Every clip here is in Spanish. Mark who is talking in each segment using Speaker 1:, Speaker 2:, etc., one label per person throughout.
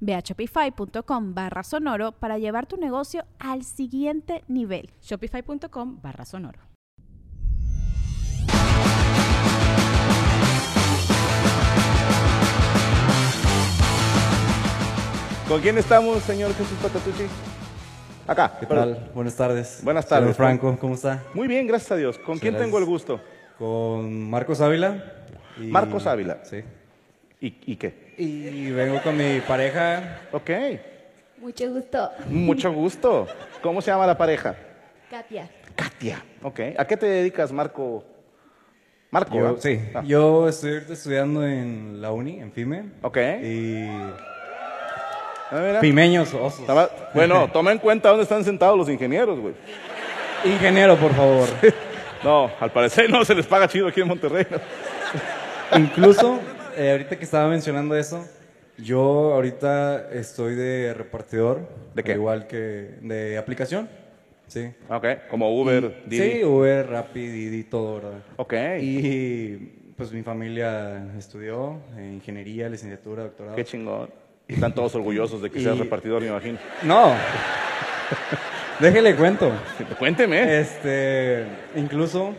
Speaker 1: Ve a shopify.com barra sonoro para llevar tu negocio al siguiente nivel.
Speaker 2: Shopify.com barra sonoro.
Speaker 3: ¿Con quién estamos, señor Jesús Patatucci? Acá.
Speaker 4: ¿Qué tal? Buenas tardes.
Speaker 3: Buenas tardes.
Speaker 4: Señor Franco, ¿cómo está?
Speaker 3: Muy bien, gracias a Dios. ¿Con
Speaker 4: Muchas
Speaker 3: quién
Speaker 4: gracias.
Speaker 3: tengo el gusto?
Speaker 4: Con Marcos Ávila. y-
Speaker 3: Marcos Ávila.
Speaker 4: Sí.
Speaker 3: ¿Y, y qué?
Speaker 4: Y vengo con mi pareja.
Speaker 3: Ok.
Speaker 5: Mucho gusto,
Speaker 3: Mucho gusto. ¿Cómo se llama la pareja?
Speaker 5: Katia.
Speaker 3: Katia. Ok. ¿A qué te dedicas, Marco? Marco.
Speaker 4: Yo,
Speaker 3: ¿verdad?
Speaker 4: sí.
Speaker 3: Ah,
Speaker 4: Yo estoy ahorita estudiando en la uni, en FIME.
Speaker 3: Ok.
Speaker 4: Y
Speaker 3: ¿Eh? ah, mira.
Speaker 4: Fimeños osos.
Speaker 3: Nada más- Bueno, toma en cuenta dónde están sentados los ingenieros, güey.
Speaker 4: Ingeniero, por favor.
Speaker 3: No, al parecer no se les paga chido aquí en Monterrey. ¿no?
Speaker 4: Incluso, eh, ahorita que estaba mencionando eso, yo ahorita estoy de repartidor.
Speaker 3: ¿De qué?
Speaker 4: al Igual que de aplicación. Sí.
Speaker 3: Ok. Como Uber, Didi.
Speaker 4: Sí, Uber, Rappi, Didi, todo, ¿verdad?
Speaker 3: Ok.
Speaker 4: Y pues mi familia estudió eh, ingeniería, licenciatura, doctorado.
Speaker 3: Qué chingón. Y están todos orgullosos de que
Speaker 4: Y-
Speaker 3: seas repartidor, me imagino.
Speaker 4: no, déjele cuento.
Speaker 3: Cuénteme.
Speaker 4: Este, incluso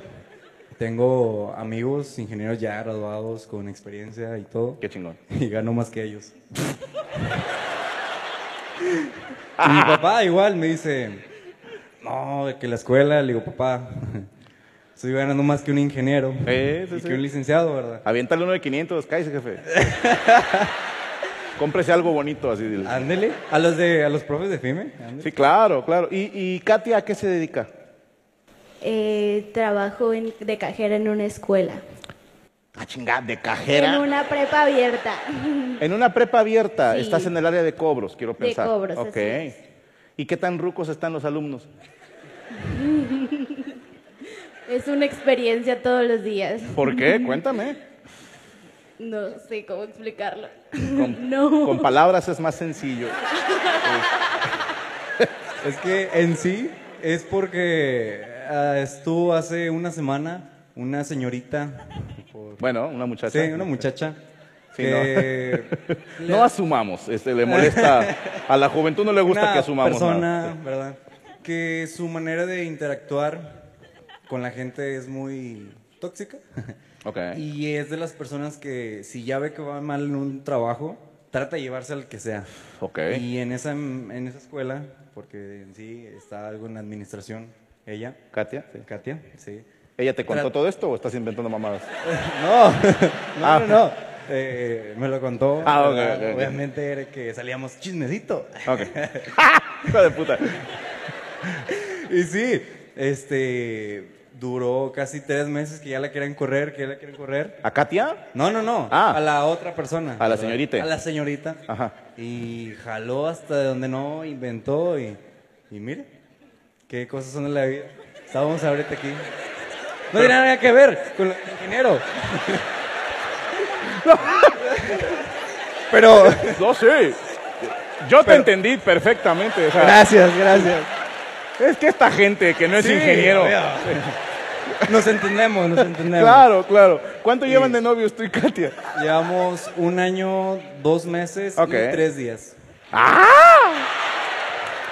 Speaker 4: tengo amigos ingenieros ya graduados con experiencia y todo.
Speaker 3: Qué chingón.
Speaker 4: y ganó más que ellos.
Speaker 3: Ah.
Speaker 4: y mi papá igual me dice, no, de que la escuela, le digo, papá, estoy ganando más que un ingeniero
Speaker 3: Sí, sí,
Speaker 4: y
Speaker 3: sí.
Speaker 4: que un licenciado, ¿verdad?
Speaker 3: Aviéntale uno de 500, cállese, jefe. Cómprese algo bonito, así dile.
Speaker 4: Ándele, a los de, a los profes de FIME, ándele.
Speaker 3: Sí, claro, claro. ¿Y, y Katia a qué se dedica?
Speaker 5: Eh, trabajo en- de cajera en una escuela.
Speaker 3: A chingar, de
Speaker 5: En
Speaker 3: cajera.
Speaker 5: una prepa abierta.
Speaker 3: En una prepa abierta,
Speaker 5: Sí.
Speaker 3: estás en el área de cobros, quiero
Speaker 5: De
Speaker 3: pensar.
Speaker 5: cobros, así
Speaker 3: Ok.
Speaker 5: es.
Speaker 3: ¿Y qué tan rucos están los alumnos?
Speaker 5: Es una experiencia todos los días.
Speaker 3: ¿Por qué? Cuéntame.
Speaker 5: No sé cómo explicarlo.
Speaker 3: Con,
Speaker 5: No.
Speaker 3: con palabras es más sencillo.
Speaker 4: Es que en sí es porque ah, estuvo hace una semana una señorita,
Speaker 3: Bueno, una muchacha.
Speaker 4: sí, una muchacha,
Speaker 3: Sí,
Speaker 4: que
Speaker 3: No asumamos, este, le molesta. A la juventud no le gusta
Speaker 4: una
Speaker 3: que asumamos. nada.
Speaker 4: persona, ¿verdad? Que su manera de interactuar con la gente es muy tóxica.
Speaker 3: Ok.
Speaker 4: Y es de las personas que si ya ve que va mal en un trabajo, trata de llevarse al que sea.
Speaker 3: Ok.
Speaker 4: Y en esa, en esa escuela, porque en sí está algo en la administración, ella,
Speaker 3: Katia, sí.
Speaker 4: Katia, sí.
Speaker 3: ¿Ella te contó
Speaker 4: Tra-
Speaker 3: todo esto o estás inventando mamadas?
Speaker 4: No, no,
Speaker 3: Ah.
Speaker 4: no, no. Eh, me lo contó.
Speaker 3: Ah, ok,
Speaker 4: ¿verdad?
Speaker 3: ok, ok.
Speaker 4: Obviamente era que salíamos chismecito.
Speaker 3: Ok. Hijo de puta.
Speaker 4: Y sí, este duró casi tres meses que ya la querían correr, que ya la quieren correr.
Speaker 3: ¿A Katia?
Speaker 4: No, no, no.
Speaker 3: Ah.
Speaker 4: A la otra persona.
Speaker 3: A la señorita.
Speaker 4: A la señorita.
Speaker 3: Ajá.
Speaker 4: Y jaló hasta donde no, inventó y, y mira, qué cosas son de la vida. Estábamos ahorita aquí. No tiene nada que ver con el ingeniero. Pero,
Speaker 3: No, sí. Yo te
Speaker 4: Pero-
Speaker 3: entendí perfectamente. o sea,
Speaker 4: gracias, gracias.
Speaker 3: es que esta gente que no es
Speaker 4: Sí,
Speaker 3: ingeniero.
Speaker 4: obvio. Nos entendemos, nos entendemos.
Speaker 3: Claro, claro. ¿Cuánto
Speaker 4: Sí.
Speaker 3: llevan de novios tú y Katia?
Speaker 4: Llevamos un año, dos meses
Speaker 3: Ok.
Speaker 4: y tres días.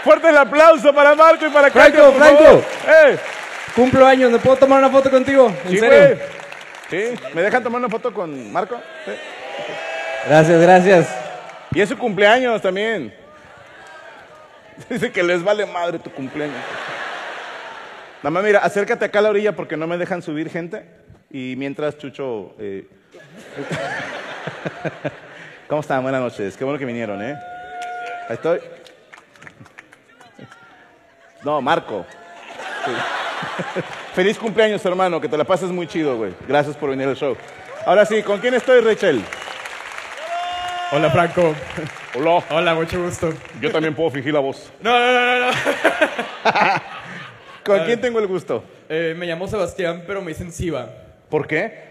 Speaker 3: Fuerte el aplauso para Marco y para Katia.
Speaker 4: Franco,
Speaker 3: por favor.
Speaker 4: Franco.
Speaker 3: ¡Eh!
Speaker 4: Cumplo años, ¿me puedo tomar una foto contigo? En
Speaker 3: sí,
Speaker 4: serio.
Speaker 3: güey. Sí, ¿me dejan tomar una foto con Marco? Sí.
Speaker 4: Gracias, gracias.
Speaker 3: Y es su cumpleaños también. Dice que les vale madre tu cumpleaños. Nada más, mira, acércate acá a la orilla porque no me dejan subir gente. Y mientras Chucho. eh, ¿Cómo están? Buenas noches. Qué bueno que vinieron, ¿eh? Ahí estoy. No, Marco. Sí. Feliz cumpleaños, hermano. Que te la pases muy chido, güey. Gracias por venir al show. Ahora sí, ¿con quién estoy, Rachel?
Speaker 6: Hola Franco.
Speaker 3: Hola.
Speaker 6: Hola, mucho gusto.
Speaker 3: Yo también puedo fingir la voz.
Speaker 6: No, no, no, no. no.
Speaker 3: ¿Con quién tengo el gusto?
Speaker 6: Eh, me llamo Sebastián, pero me dicen Siva.
Speaker 3: ¿Por qué?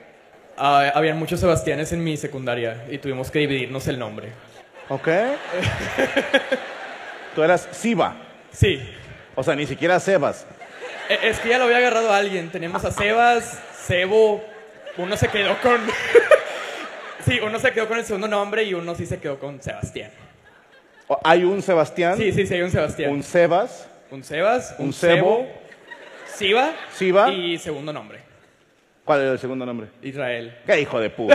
Speaker 6: Ah, habían muchos Sebastianes en mi secundaria y tuvimos que dividirnos el nombre.
Speaker 3: ¿Ok? Tú eras Siba.
Speaker 6: Sí.
Speaker 3: O sea, ni siquiera Sebas.
Speaker 6: Eh, es que ya lo había agarrado a alguien. Teníamos a Sebas, Sebo. Uno se quedó con. sí, uno se quedó con el segundo nombre y uno sí se quedó con Sebastián.
Speaker 3: O- Hay un Sebastián,
Speaker 6: Sí, sí, sí, hay un Sebastián.
Speaker 3: un Sebas,
Speaker 6: Un Sebas,
Speaker 3: un Sebo. Ah.
Speaker 6: Siva.
Speaker 3: Siva.
Speaker 6: Y segundo nombre.
Speaker 3: ¿Cuál era el segundo nombre?
Speaker 6: Israel.
Speaker 3: ¡Qué hijo de puta!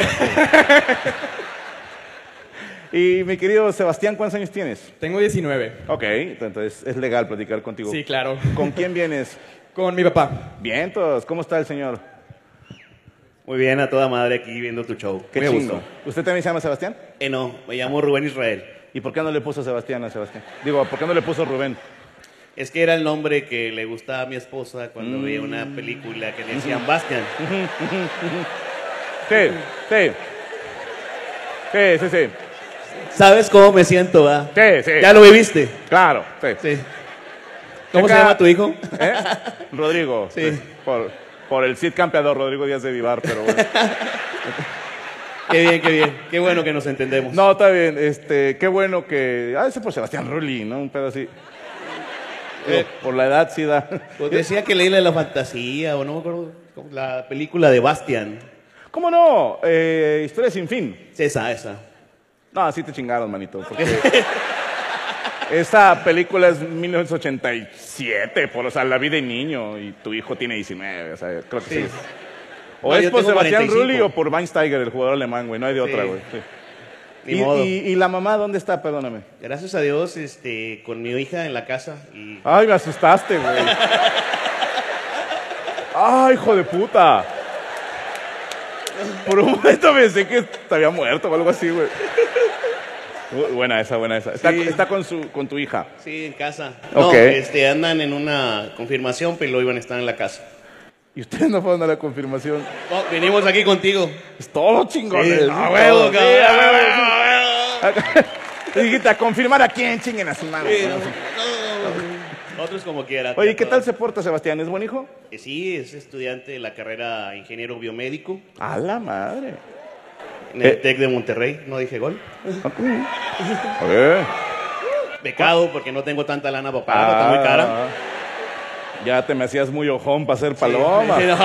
Speaker 3: y mi querido Sebastián, ¿cuántos años tienes?
Speaker 6: Tengo 19.
Speaker 3: Ok, entonces es legal platicar contigo.
Speaker 6: Sí, claro.
Speaker 3: ¿Con quién vienes?
Speaker 6: Con mi papá.
Speaker 3: Bien, todos. ¿Cómo está el señor?
Speaker 7: Muy bien, a toda madre aquí viendo tu show.
Speaker 3: Qué
Speaker 7: Me
Speaker 3: chingo.
Speaker 7: gustó.
Speaker 3: ¿Usted también se llama Sebastián?
Speaker 7: Eh, no, me llamo Rubén Israel.
Speaker 3: ¿Y por qué no le puso Sebastián a Sebastián? Digo, ¿por qué no le puso Rubén?
Speaker 7: Es que era el nombre que le gustaba a mi esposa cuando
Speaker 3: Mm.
Speaker 7: veía una película que le decían Bastian.
Speaker 3: Sí, sí. Sí, sí, sí.
Speaker 7: ¿Sabes cómo me siento, va?
Speaker 3: Sí, sí.
Speaker 7: ¿Ya lo viviste?
Speaker 3: Claro, sí.
Speaker 7: Sí. ¿Cómo
Speaker 3: Acá-
Speaker 7: se llama tu hijo?
Speaker 3: ¿Eh? Rodrigo.
Speaker 7: Sí.
Speaker 3: Por, por el Cid campeador Rodrigo Díaz de Vivar, pero bueno.
Speaker 7: Qué bien, qué bien. Qué bueno que nos entendemos.
Speaker 3: No, está bien. Este, qué bueno que. Ah, ese por Sebastián Rulli, ¿no? Un pedo así. Digo,
Speaker 7: Eh.
Speaker 3: Por la edad sí da.
Speaker 7: Pues decía que leí la de la fantasía o no me acuerdo. como La película de Bastian.
Speaker 3: ¿Cómo no? Eh, historia sin fin.
Speaker 7: Sí, Esa, esa.
Speaker 3: No, así te chingaron, manito. Porque esa película es 1987, por, o sea, la vida de niño y tu hijo tiene 19, o sea, creo que sí.
Speaker 7: Sí.
Speaker 3: es. O
Speaker 7: No,
Speaker 3: es
Speaker 7: yo
Speaker 3: por
Speaker 7: tengo
Speaker 3: Sebastián
Speaker 7: 45.
Speaker 3: Rulli o por Weinsteiger, el jugador alemán, güey. No hay de otra,
Speaker 7: Sí.
Speaker 3: güey. sí.
Speaker 7: Ni
Speaker 3: y,
Speaker 7: modo.
Speaker 3: y- y la mamá dónde está? Perdóname.
Speaker 7: Gracias a Dios, este, con mi hija en la casa y
Speaker 3: Ay, me asustaste, güey. Ay, hijo de puta. Por un momento pensé que te había muerto o algo así, güey. Bu- Buena esa, buena esa. Está,
Speaker 7: Sí.
Speaker 3: está con, su, con tu hija.
Speaker 7: Sí, en casa.
Speaker 3: Ok.
Speaker 7: No, este, andan en una confirmación, pero iban a estar en la casa.
Speaker 3: Y ustedes no fueron a la confirmación.
Speaker 7: No, venimos aquí contigo.
Speaker 3: Es todo chingón. eh.
Speaker 7: Sí,
Speaker 3: ¡A
Speaker 7: todo,
Speaker 3: huevo,
Speaker 7: cabrón.
Speaker 3: sí, a huevo, sí. Y Dijiste, a confirmar a quién chinguen a su madre.
Speaker 7: Sí, no, no. Otros como quieran.
Speaker 3: Oye, ¿qué tal se porta Sebastián? ¿Es buen hijo?
Speaker 7: Eh, Sí, es estudiante de la carrera ingeniero biomédico
Speaker 3: A la madre.
Speaker 7: en el
Speaker 3: Eh.
Speaker 7: TEC de Monterrey. No dije gol.
Speaker 3: A ver.
Speaker 7: Becado porque Ah, no tengo tanta lana para pagar, está
Speaker 3: Ah,
Speaker 7: muy cara.
Speaker 3: Ya te me hacías muy ojón para ser paloma.
Speaker 7: Sí, no.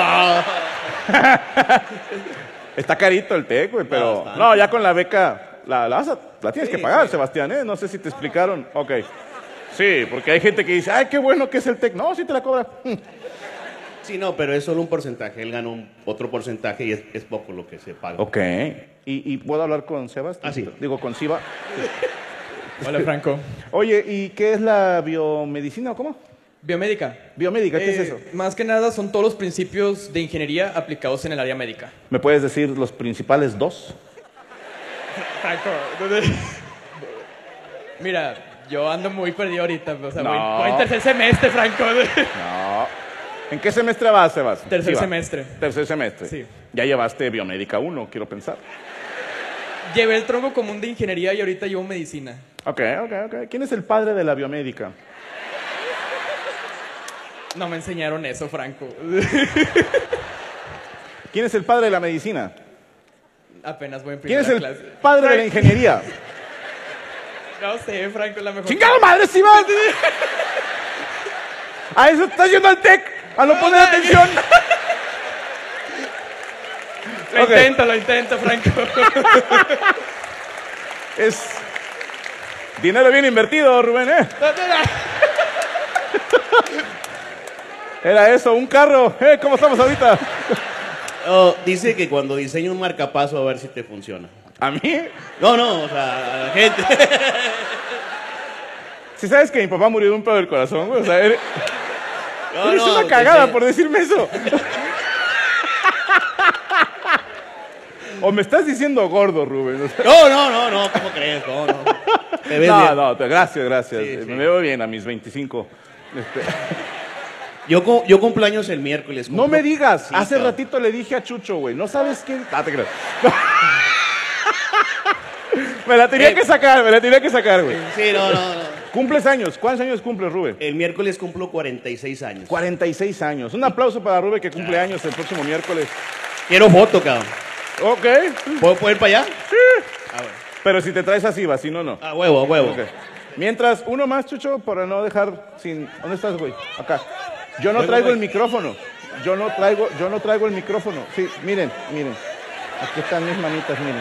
Speaker 3: Está carito el TEC, güey, pero...
Speaker 7: bastante.
Speaker 3: No, ya con la beca la, la, vas a- la tienes
Speaker 7: Sí,
Speaker 3: que pagar,
Speaker 7: sí.
Speaker 3: Sebastián, ¿eh? No sé si te explicaron. Ok. Sí, porque hay gente que dice, ay, qué bueno que es el TEC. No, sí te la cobra.
Speaker 7: Sí, no, pero es solo un porcentaje. Él gana un- otro porcentaje y es, es poco lo que se paga.
Speaker 3: Ok. ¿Y, y puedo hablar con Sebastián?
Speaker 7: Ah, sí.
Speaker 3: Digo, con Siva.
Speaker 6: Hola, Franco.
Speaker 3: Oye, ¿y qué es la biomedicina o cómo?
Speaker 6: Biomédica.
Speaker 3: Biomédica, ¿qué es
Speaker 6: Eh,
Speaker 3: eso?
Speaker 6: Más que nada son todos los principios de ingeniería aplicados en el área médica.
Speaker 3: ¿Me puedes decir los principales dos?
Speaker 6: Mira, yo ando muy perdido ahorita. O sea,
Speaker 3: No.
Speaker 6: voy, voy en tercer semestre, Franco.
Speaker 3: No. ¿En qué semestre vas, Sebas?
Speaker 6: Tercer
Speaker 3: Siva.
Speaker 6: semestre.
Speaker 3: Tercer semestre.
Speaker 6: Sí.
Speaker 3: Ya llevaste biomédica 1, quiero pensar.
Speaker 6: Llevé el tronco común de ingeniería y ahorita llevo medicina.
Speaker 3: Ok, ok, ok. ¿Quién es el padre de la biomédica?
Speaker 6: No me enseñaron eso, Franco.
Speaker 3: ¿Quién es el padre de la medicina?
Speaker 6: Apenas voy en
Speaker 3: ¿Quién
Speaker 6: primera
Speaker 3: es el
Speaker 6: clase.
Speaker 3: padre de la ingeniería?
Speaker 6: No sé, Franco, es la mejor.
Speaker 3: ¡Chingado madre, Siva! A eso estás yendo al TEC, a no poner atención.
Speaker 6: Lo
Speaker 3: Ok.
Speaker 6: intento, lo intento, Franco.
Speaker 3: Es dinero bien invertido, Rubén, ¿eh? Era eso, un carro. ¿Eh? ¿Cómo estamos ahorita?
Speaker 7: Oh, dice que cuando diseña un marcapaso a ver si te funciona.
Speaker 3: ¿A mí?
Speaker 7: No, no, o sea, a la gente.
Speaker 3: Si sabes que mi papá murió de un pedo del corazón, güey, o sea, eres,
Speaker 7: No,
Speaker 3: Eres
Speaker 7: no,
Speaker 3: una cagada
Speaker 7: desde-
Speaker 3: por decirme eso. o me estás diciendo gordo, Rubén. o sea-
Speaker 7: No, no, no, no, ¿cómo crees? No, no. Te ves
Speaker 3: no,
Speaker 7: bien.
Speaker 3: no, pero gracias, gracias.
Speaker 7: Sí,
Speaker 3: Eh,
Speaker 7: sí.
Speaker 3: Me veo bien a mis 25.
Speaker 7: Yo, cu- yo cumpleaños el miércoles.
Speaker 3: No me digas.
Speaker 7: Sí,
Speaker 3: Hace
Speaker 7: cabrón.
Speaker 3: ratito le dije a Chucho, güey. No sabes qué. Ah, te creas. me la
Speaker 7: Eh.
Speaker 3: tenía que sacar, me la tenía que sacar, güey.
Speaker 7: Sí, no, no, no.
Speaker 3: ¿Cumples años? ¿Cuántos años cumples, Rubén?
Speaker 7: El miércoles cumplo 46 años. Ah.
Speaker 3: 46 años. Un aplauso para Rubén que cumple años el próximo miércoles.
Speaker 7: Quiero foto, cabrón.
Speaker 3: Ok.
Speaker 7: ¿Puedo, puedo ir para allá?
Speaker 3: Ah, Pero si te traes así, va, si no, no.
Speaker 7: A huevo, a huevo.
Speaker 3: Ok. Mientras, uno más, Chucho, para no dejar sin. ¿Dónde estás, güey? Acá. Yo no
Speaker 7: Luego,
Speaker 3: traigo el
Speaker 7: güey.
Speaker 3: micrófono. Yo no traigo, yo no traigo el micrófono. Sí, miren, miren. Aquí están mis manitas, miren.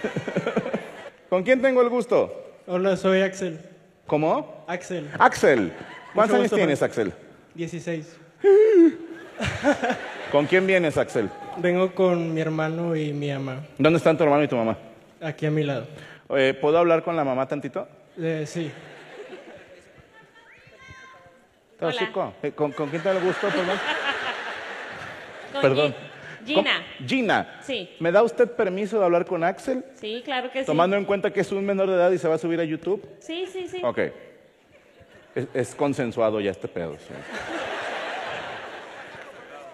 Speaker 3: Miren. ¿Con quién tengo el gusto?
Speaker 8: Hola, soy Axel.
Speaker 3: ¿Cómo?
Speaker 8: Axel,
Speaker 3: Axel.
Speaker 8: Mucho
Speaker 3: ¿Cuántos años
Speaker 8: gusto,
Speaker 3: tienes,
Speaker 8: Frank.
Speaker 3: Axel?
Speaker 8: 16.
Speaker 3: ¿Con quién vienes, Axel?
Speaker 8: Vengo con mi hermano y mi mamá,
Speaker 3: ¿Dónde están tu hermano y tu mamá?
Speaker 8: aquí a mi lado.
Speaker 3: Eh, ¿Puedo hablar con la mamá tantito?
Speaker 8: Eh, sí,
Speaker 3: Hola. Eh, ¿Con, con quién tengo el gusto, perdón?
Speaker 9: Con
Speaker 3: Perdón.
Speaker 9: Gi- Gina.
Speaker 3: ¿Con- Gina.
Speaker 9: Sí.
Speaker 3: ¿Me da usted permiso de hablar con Axel?
Speaker 9: Sí, claro que sí.
Speaker 3: Tomando en cuenta que es un menor de edad y se va a subir a YouTube.
Speaker 9: Sí, sí, sí.
Speaker 3: Ok. Es, es consensuado ya este pedo. sí.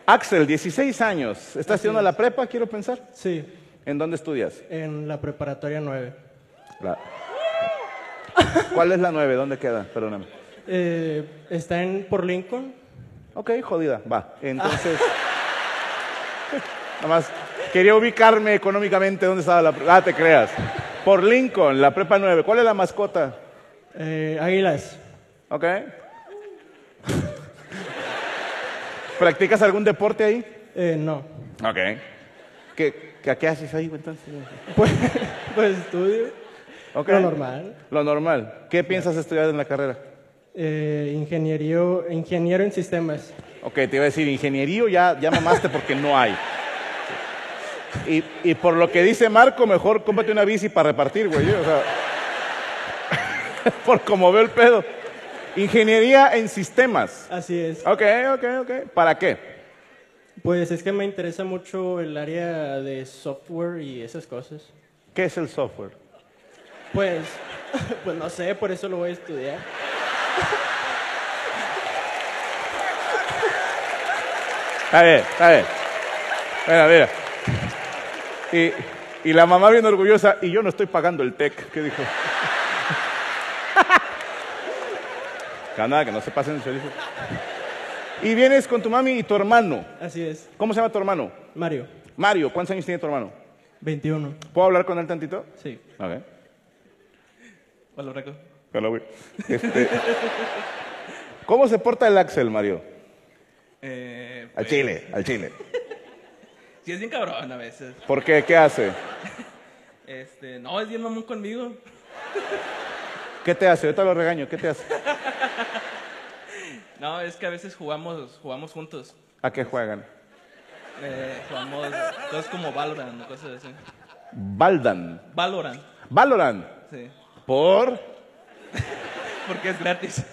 Speaker 3: Axel, 16 años. ¿Estás haciendo la prepa, quiero pensar?
Speaker 8: sí,
Speaker 3: ¿En dónde estudias?
Speaker 8: en la preparatoria 9.
Speaker 3: La- ¿Cuál es la 9? ¿Dónde queda? Perdóname.
Speaker 8: Eh, está en por Lincoln.
Speaker 3: Ok, jodida, va. Entonces. Nada más quería ubicarme económicamente dónde estaba la. pre- Ah, te creas. Por Lincoln, la prepa 9. ¿Cuál es la mascota?
Speaker 8: Eh, águilas.
Speaker 3: ¿Ok? ¿Practicas algún deporte ahí?
Speaker 8: Eh, no.
Speaker 3: Ok. ¿Qué, qué, qué haces ahí, güey, entonces?
Speaker 8: Pues, pues estudio
Speaker 3: Ok.
Speaker 8: Lo normal.
Speaker 3: Lo normal. ¿Qué piensas estudiar en la carrera?
Speaker 8: eh, ingeniero, ingeniero en sistemas.
Speaker 3: Ok, te iba a decir ingeniería, ya, ya mamaste porque no hay. Y, y por lo que dice Marco, mejor cómprate una bici para repartir, güey. ¿eh? O sea, por como veo el pedo. Ingeniería en sistemas.
Speaker 8: Así es.
Speaker 3: Ok, ok, ok. ¿Para qué?
Speaker 8: Pues es que me interesa mucho el área de software y esas cosas.
Speaker 3: ¿Qué es el software?
Speaker 8: Pues, pues no sé, por eso lo voy a estudiar.
Speaker 3: A ver, a ver. Mira, mira. Y, y la mamá bien orgullosa, y yo no estoy pagando el TEC. ¿Qué dijo? Que nada, que no se pasen el chorizo. Y vienes con tu mami y tu hermano.
Speaker 8: Así es.
Speaker 3: ¿Cómo se llama tu hermano?
Speaker 8: Mario,
Speaker 3: Mario, ¿cuántos años tiene tu hermano?
Speaker 8: 21.
Speaker 3: ¿Puedo hablar con él tantito?
Speaker 8: Sí.
Speaker 3: Ok.
Speaker 6: Hola, Franco.
Speaker 3: Hola, güey. Este, ¿Cómo se porta el Axel, Mario?
Speaker 6: Eh,
Speaker 3: Al
Speaker 6: pues,
Speaker 3: chile, al chile.
Speaker 6: Sí, es bien cabrón a veces.
Speaker 3: ¿Por qué? ¿Qué hace?
Speaker 6: Este, no, es bien mamón conmigo.
Speaker 3: ¿Qué te hace? Ahorita lo regaño. ¿Qué te hace?
Speaker 6: No, es que a veces jugamos, jugamos juntos.
Speaker 3: ¿A qué juegan?
Speaker 6: Eh, jugamos cosas como Valorant, o cosas así.
Speaker 3: Baldan.
Speaker 6: Valorant,
Speaker 3: Valorant.
Speaker 6: sí.
Speaker 3: Por.
Speaker 6: Porque es gratis.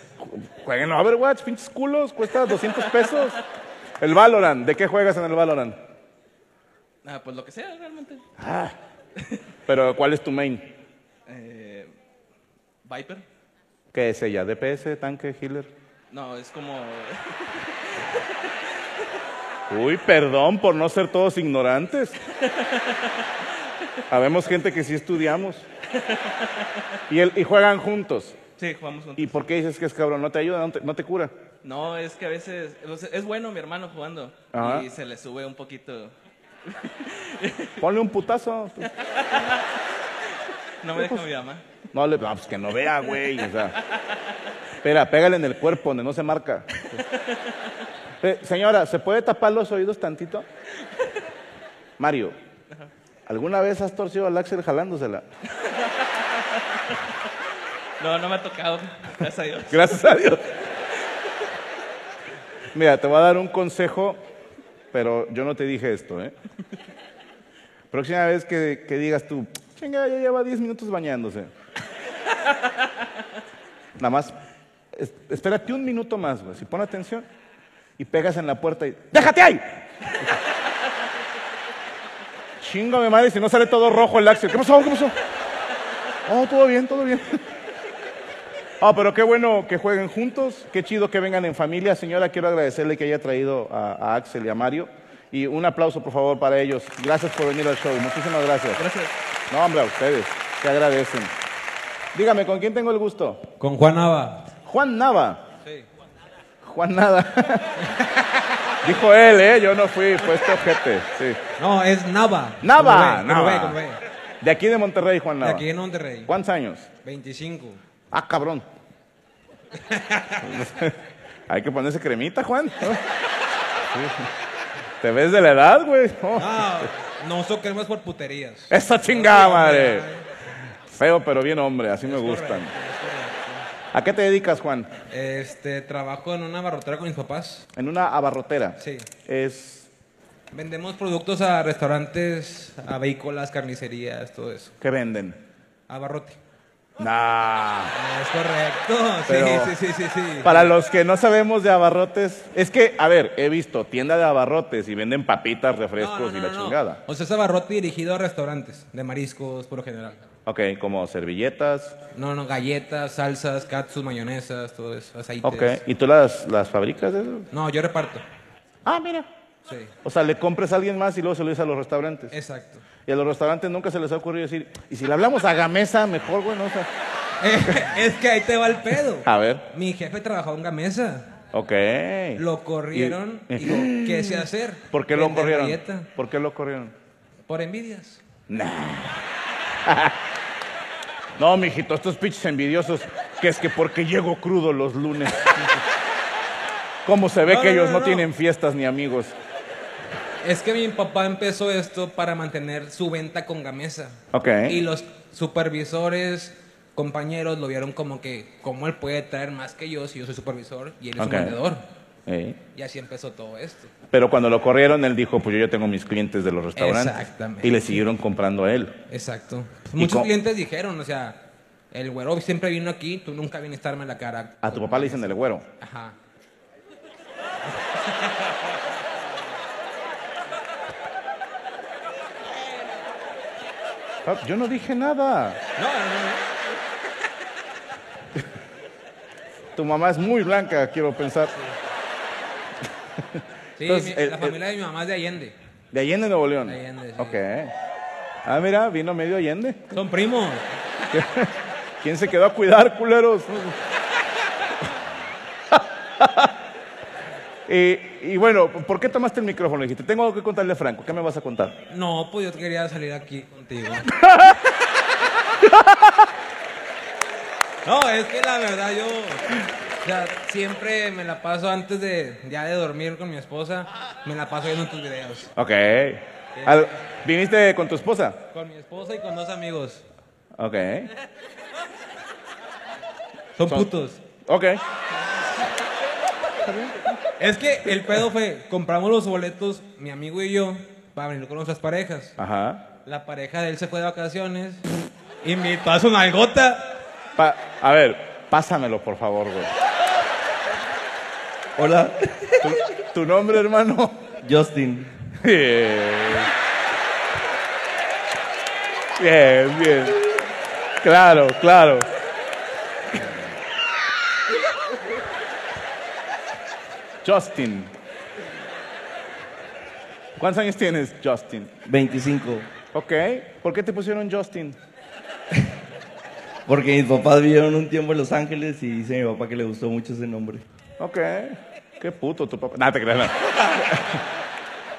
Speaker 3: Jueguen Overwatch, pinches culos, cuesta 200 pesos. El Valorant, ¿de qué juegas en el Valorant? Ah,
Speaker 6: Ah, pues lo que sea, realmente.
Speaker 3: Pero ¿cuál es tu main?
Speaker 6: Eh, Viper.
Speaker 3: ¿Qué es ella? ¿DPS, tanque, healer?
Speaker 6: No, es como...
Speaker 3: Uy, perdón por no ser todos ignorantes. Habemos gente que sí estudiamos. Y, el- y juegan juntos.
Speaker 6: Sí, jugamos juntos.
Speaker 3: ¿Y por qué dices que es cabrón? ¿No te ayuda? ¿No te, no te cura?
Speaker 6: No, es que a veces... o sea, es bueno mi hermano jugando.
Speaker 3: Ajá.
Speaker 6: Y se le sube un poquito...
Speaker 3: Ponle un putazo.
Speaker 6: No me deja mi mamá.
Speaker 3: No le. ah, pues que no vea, güey. O sea. Espera, pégale en el cuerpo donde no se marca. Eh, señora, ¿se puede tapar los oídos tantito? Mario, ¿alguna vez has torcido al Axel jalándosela?
Speaker 6: No, no me ha tocado. Gracias a Dios.
Speaker 3: Gracias a Dios. Mira, te voy a dar un consejo, pero yo no te dije esto, ¿eh? Próxima vez que, que digas tú, chinga, ya lleva 10 minutos bañándose. Nada más, es- espérate un minuto más, güey. Si pon atención y pegas en la puerta y ¡déjate ahí! Chingo mi madre, si no sale todo rojo el Axel. ¿Qué pasó? ¿Qué pasó? Oh, todo bien, todo bien. Ah, pero qué bueno que jueguen juntos, qué chido que vengan en familia. Señora, quiero agradecerle que haya traído a, a Axel y a Mario. Y un aplauso, por favor, para ellos. Gracias por venir al show. Muchísimas gracias. Gracias. No, hombre, a ustedes. Se agradecen. Dígame, ¿con quién tengo el gusto?
Speaker 4: Con Juan Nava.
Speaker 3: Juan Nava. Juan Nada. Dijo él, ¿eh? Yo no fui, fue este ojete. Sí.
Speaker 4: No, es Nava.
Speaker 3: Nava,
Speaker 4: Como
Speaker 3: Nava.
Speaker 4: ve, como ve, como ve.
Speaker 3: De aquí de Monterrey, Juan
Speaker 4: De
Speaker 3: Nava.
Speaker 4: aquí en Monterrey.
Speaker 3: ¿Cuántos años?
Speaker 4: 25.
Speaker 3: Ah, cabrón. Hay que ponerse cremita, Juan. ¿no? Sí. Te ves de la edad, güey. No.
Speaker 4: Ah, nosotros queremos por puterías.
Speaker 3: Esa chingada, madre. Feo, pero bien hombre, así me gustan. ¿A qué te dedicas, Juan?
Speaker 4: Este, trabajo en una barrotera con mis papás.
Speaker 3: En una abarrotera.
Speaker 4: Sí.
Speaker 3: Es.
Speaker 4: Vendemos productos a restaurantes, a vehículos, carnicerías, todo eso.
Speaker 3: ¿Qué venden?
Speaker 4: Abarrote.
Speaker 3: Nah.
Speaker 4: Es correcto.
Speaker 3: Pero-
Speaker 4: Sí, sí, sí, sí, sí.
Speaker 3: Para los que no sabemos de abarrotes, es que, a ver, he visto tienda de abarrotes y venden papitas,
Speaker 4: No,
Speaker 3: refrescos
Speaker 4: no,
Speaker 3: y
Speaker 4: no,
Speaker 3: la
Speaker 4: no.
Speaker 3: chingada.
Speaker 4: O sea, es abarrote dirigido a restaurantes, de mariscos, por lo general.
Speaker 3: Ok, como servilletas.
Speaker 4: No, no, galletas, salsas, katsu, mayonesas, todo eso, aceites.
Speaker 3: Ok, ¿y tú las, las fabricas de eso?
Speaker 4: No, yo reparto.
Speaker 3: Ah, mira.
Speaker 4: Sí,
Speaker 3: O sea, le compras a alguien más y luego se lo dices a los restaurantes.
Speaker 4: exacto.
Speaker 3: Y a los restaurantes nunca se les ha ocurrido decir, y si le hablamos a Gamesa, mejor, güey, no, o sea.
Speaker 4: Eh, es que ahí te va el pedo.
Speaker 3: A ver,
Speaker 4: Mi jefe trabajaba en Gamesa.
Speaker 3: ok.
Speaker 4: Lo corrieron
Speaker 3: Y-
Speaker 4: y dijo, ¿qué sé hacer?
Speaker 3: ¿Por qué lo
Speaker 4: Vender
Speaker 3: corrieron?
Speaker 4: galleta.
Speaker 3: ¿Por qué lo corrieron?
Speaker 4: Por envidias.
Speaker 3: No, mijito, estos pinches envidiosos, que es que porque llego crudo los lunes. ¿Cómo se ve
Speaker 4: No,
Speaker 3: que
Speaker 4: no,
Speaker 3: ellos
Speaker 4: no,
Speaker 3: no,
Speaker 4: no.
Speaker 3: tienen fiestas ni amigos?
Speaker 4: Es que mi papá empezó esto para mantener su venta con Gamesa.
Speaker 3: Ok.
Speaker 4: Y los supervisores, compañeros, lo vieron como que, ¿cómo él puede traer más que yo si yo soy supervisor y él es
Speaker 3: Ok.
Speaker 4: un vendedor?
Speaker 3: Eh,
Speaker 4: Y así empezó todo esto.
Speaker 3: Pero cuando lo corrieron, él dijo, pues yo ya tengo mis clientes de los restaurantes.
Speaker 4: Exactamente.
Speaker 3: Y le siguieron comprando a él.
Speaker 4: Exacto. Pues
Speaker 3: ¿Y
Speaker 4: muchos
Speaker 3: cómo-
Speaker 4: clientes dijeron, o sea, el güero siempre vino aquí, tú nunca viniste a darme la cara.
Speaker 3: A tu papá le dicen el güero.
Speaker 4: Ajá.
Speaker 3: Ah, Yo no dije nada.
Speaker 4: No, no, no, no.
Speaker 3: Tu mamá es muy blanca, quiero pensar.
Speaker 4: Sí,
Speaker 3: Entonces,
Speaker 4: mi-
Speaker 6: eh,
Speaker 3: el-
Speaker 4: la
Speaker 3: el-
Speaker 4: familia de mi mamá es de Allende.
Speaker 3: De Allende, Nuevo León.
Speaker 4: De Allende, sí.
Speaker 3: Ok. Ah, mira, vino medio Allende.
Speaker 4: Son primos.
Speaker 3: ¿Quién se quedó a cuidar, culeros? y, y bueno, ¿por qué tomaste el micrófono? Dijiste, tengo algo que contarle a Franco. ¿Qué me vas a contar?
Speaker 4: No, pues yo quería salir aquí contigo. No, es que la verdad yo o sea, siempre me la paso antes de ya de dormir con mi esposa, me la paso viendo tus videos.
Speaker 3: Ok. Al- ¿Viniste con tu esposa?
Speaker 4: Con mi esposa y con dos amigos.
Speaker 3: Ok.
Speaker 4: Son,
Speaker 3: Son-
Speaker 4: putos.
Speaker 3: Ok.
Speaker 4: Es que el pedo fue, compramos los boletos, mi amigo y yo, para venir con nuestras parejas.
Speaker 3: Ajá.
Speaker 4: La pareja de él se fue de vacaciones, invitó a su nalgota.
Speaker 3: Pa- a ver, pásamelo, por favor, güey.
Speaker 7: Hola,
Speaker 3: Tu- tu nombre, hermano.
Speaker 7: Justin.
Speaker 3: Bien. Bien, bien. Claro, claro. Justin. ¿Cuántos años tienes, Justin?
Speaker 7: 25.
Speaker 3: Ok. ¿Por qué te pusieron Justin?
Speaker 7: Porque mis papás vivieron un tiempo en Los Ángeles y dice mi papá que le gustó mucho ese nombre.
Speaker 3: Ok. Qué puto tu papá. Nada, te creas. nada.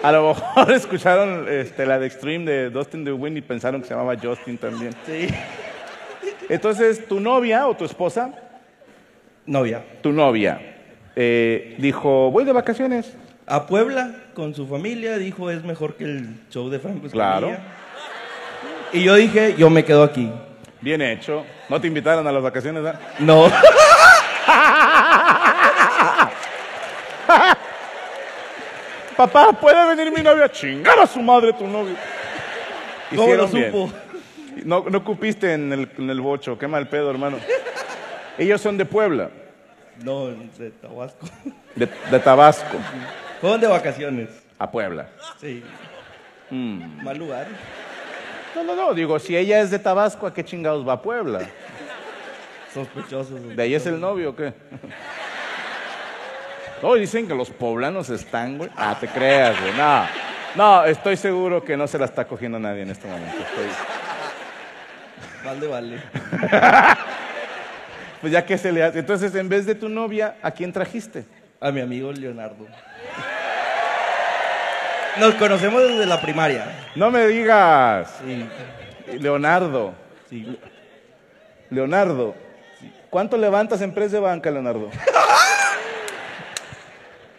Speaker 3: A lo mejor escucharon este, la de Extreme de Dustin DeWin y pensaron que se llamaba Justin también.
Speaker 7: Sí.
Speaker 3: Entonces, tu novia o tu esposa
Speaker 7: Novia.
Speaker 3: tu novia eh, dijo, voy de vacaciones.
Speaker 7: A Puebla con su familia dijo es mejor que el show de Franco
Speaker 3: Claro.
Speaker 7: Escamilla". Y yo dije, yo me quedo aquí.
Speaker 3: Bien hecho. No te invitaron a las vacaciones, ah? ¿verdad?
Speaker 7: No.
Speaker 3: Papá, ¿puede venir mi novia? Chingar a su madre tu novio.
Speaker 7: ¿Cómo
Speaker 3: Hicieron
Speaker 7: lo supo?
Speaker 3: bien. No, no cupiste en el, en el bocho. Qué mal pedo, hermano. Ellos son de Puebla.
Speaker 6: No, de Tabasco.
Speaker 3: De, de Tabasco
Speaker 6: Fueron de vacaciones.
Speaker 3: a Puebla.
Speaker 6: Sí,
Speaker 3: Mm.
Speaker 6: mal lugar.
Speaker 3: No, no, no, digo, si ella es de Tabasco, ¿a qué chingados va a Puebla?
Speaker 6: Sospechosos.
Speaker 3: ¿De ahí es el novio o qué? No, dicen que los poblanos están, güey. Ah, te creas, güey. No, no, estoy seguro que no se la está cogiendo nadie en este momento. Estoy-
Speaker 6: Vale, vale.
Speaker 3: Pues ya que se le hace. Entonces, en vez de tu novia, ¿a quién trajiste?
Speaker 6: A mi amigo Leonardo. Nos conocemos desde la primaria.
Speaker 3: No me digas,
Speaker 6: Sí,
Speaker 3: Leonardo.
Speaker 6: sí.
Speaker 3: Leonardo, ¿cuánto levantas en press de banca, Leonardo?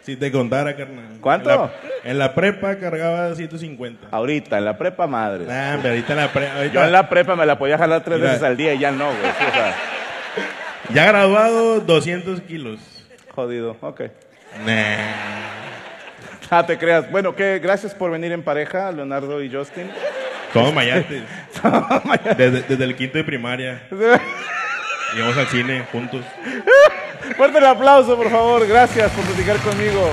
Speaker 7: Si te contara, carnal.
Speaker 3: ¿Cuánto?
Speaker 7: En la, en la prepa cargaba 150.
Speaker 6: Ah,
Speaker 3: Ahorita, en la prepa madre.
Speaker 7: Nah, hombre, ahorita en la prepa.
Speaker 3: Yo en la prepa me la podía jalar tres
Speaker 7: Ah. Mira.
Speaker 3: veces al día y ya no, güey. Sí, o sea,
Speaker 7: Ya graduado, 200 kilos.
Speaker 3: jodido, ok.
Speaker 7: Nah.
Speaker 3: Ah, te creas. Bueno, que gracias por venir en pareja, Leonardo y Justin.
Speaker 7: Todo mayate. desde, desde el quinto de primaria. Íbamos al cine juntos.
Speaker 3: Fuerte el aplauso, por favor. Gracias por platicar conmigo.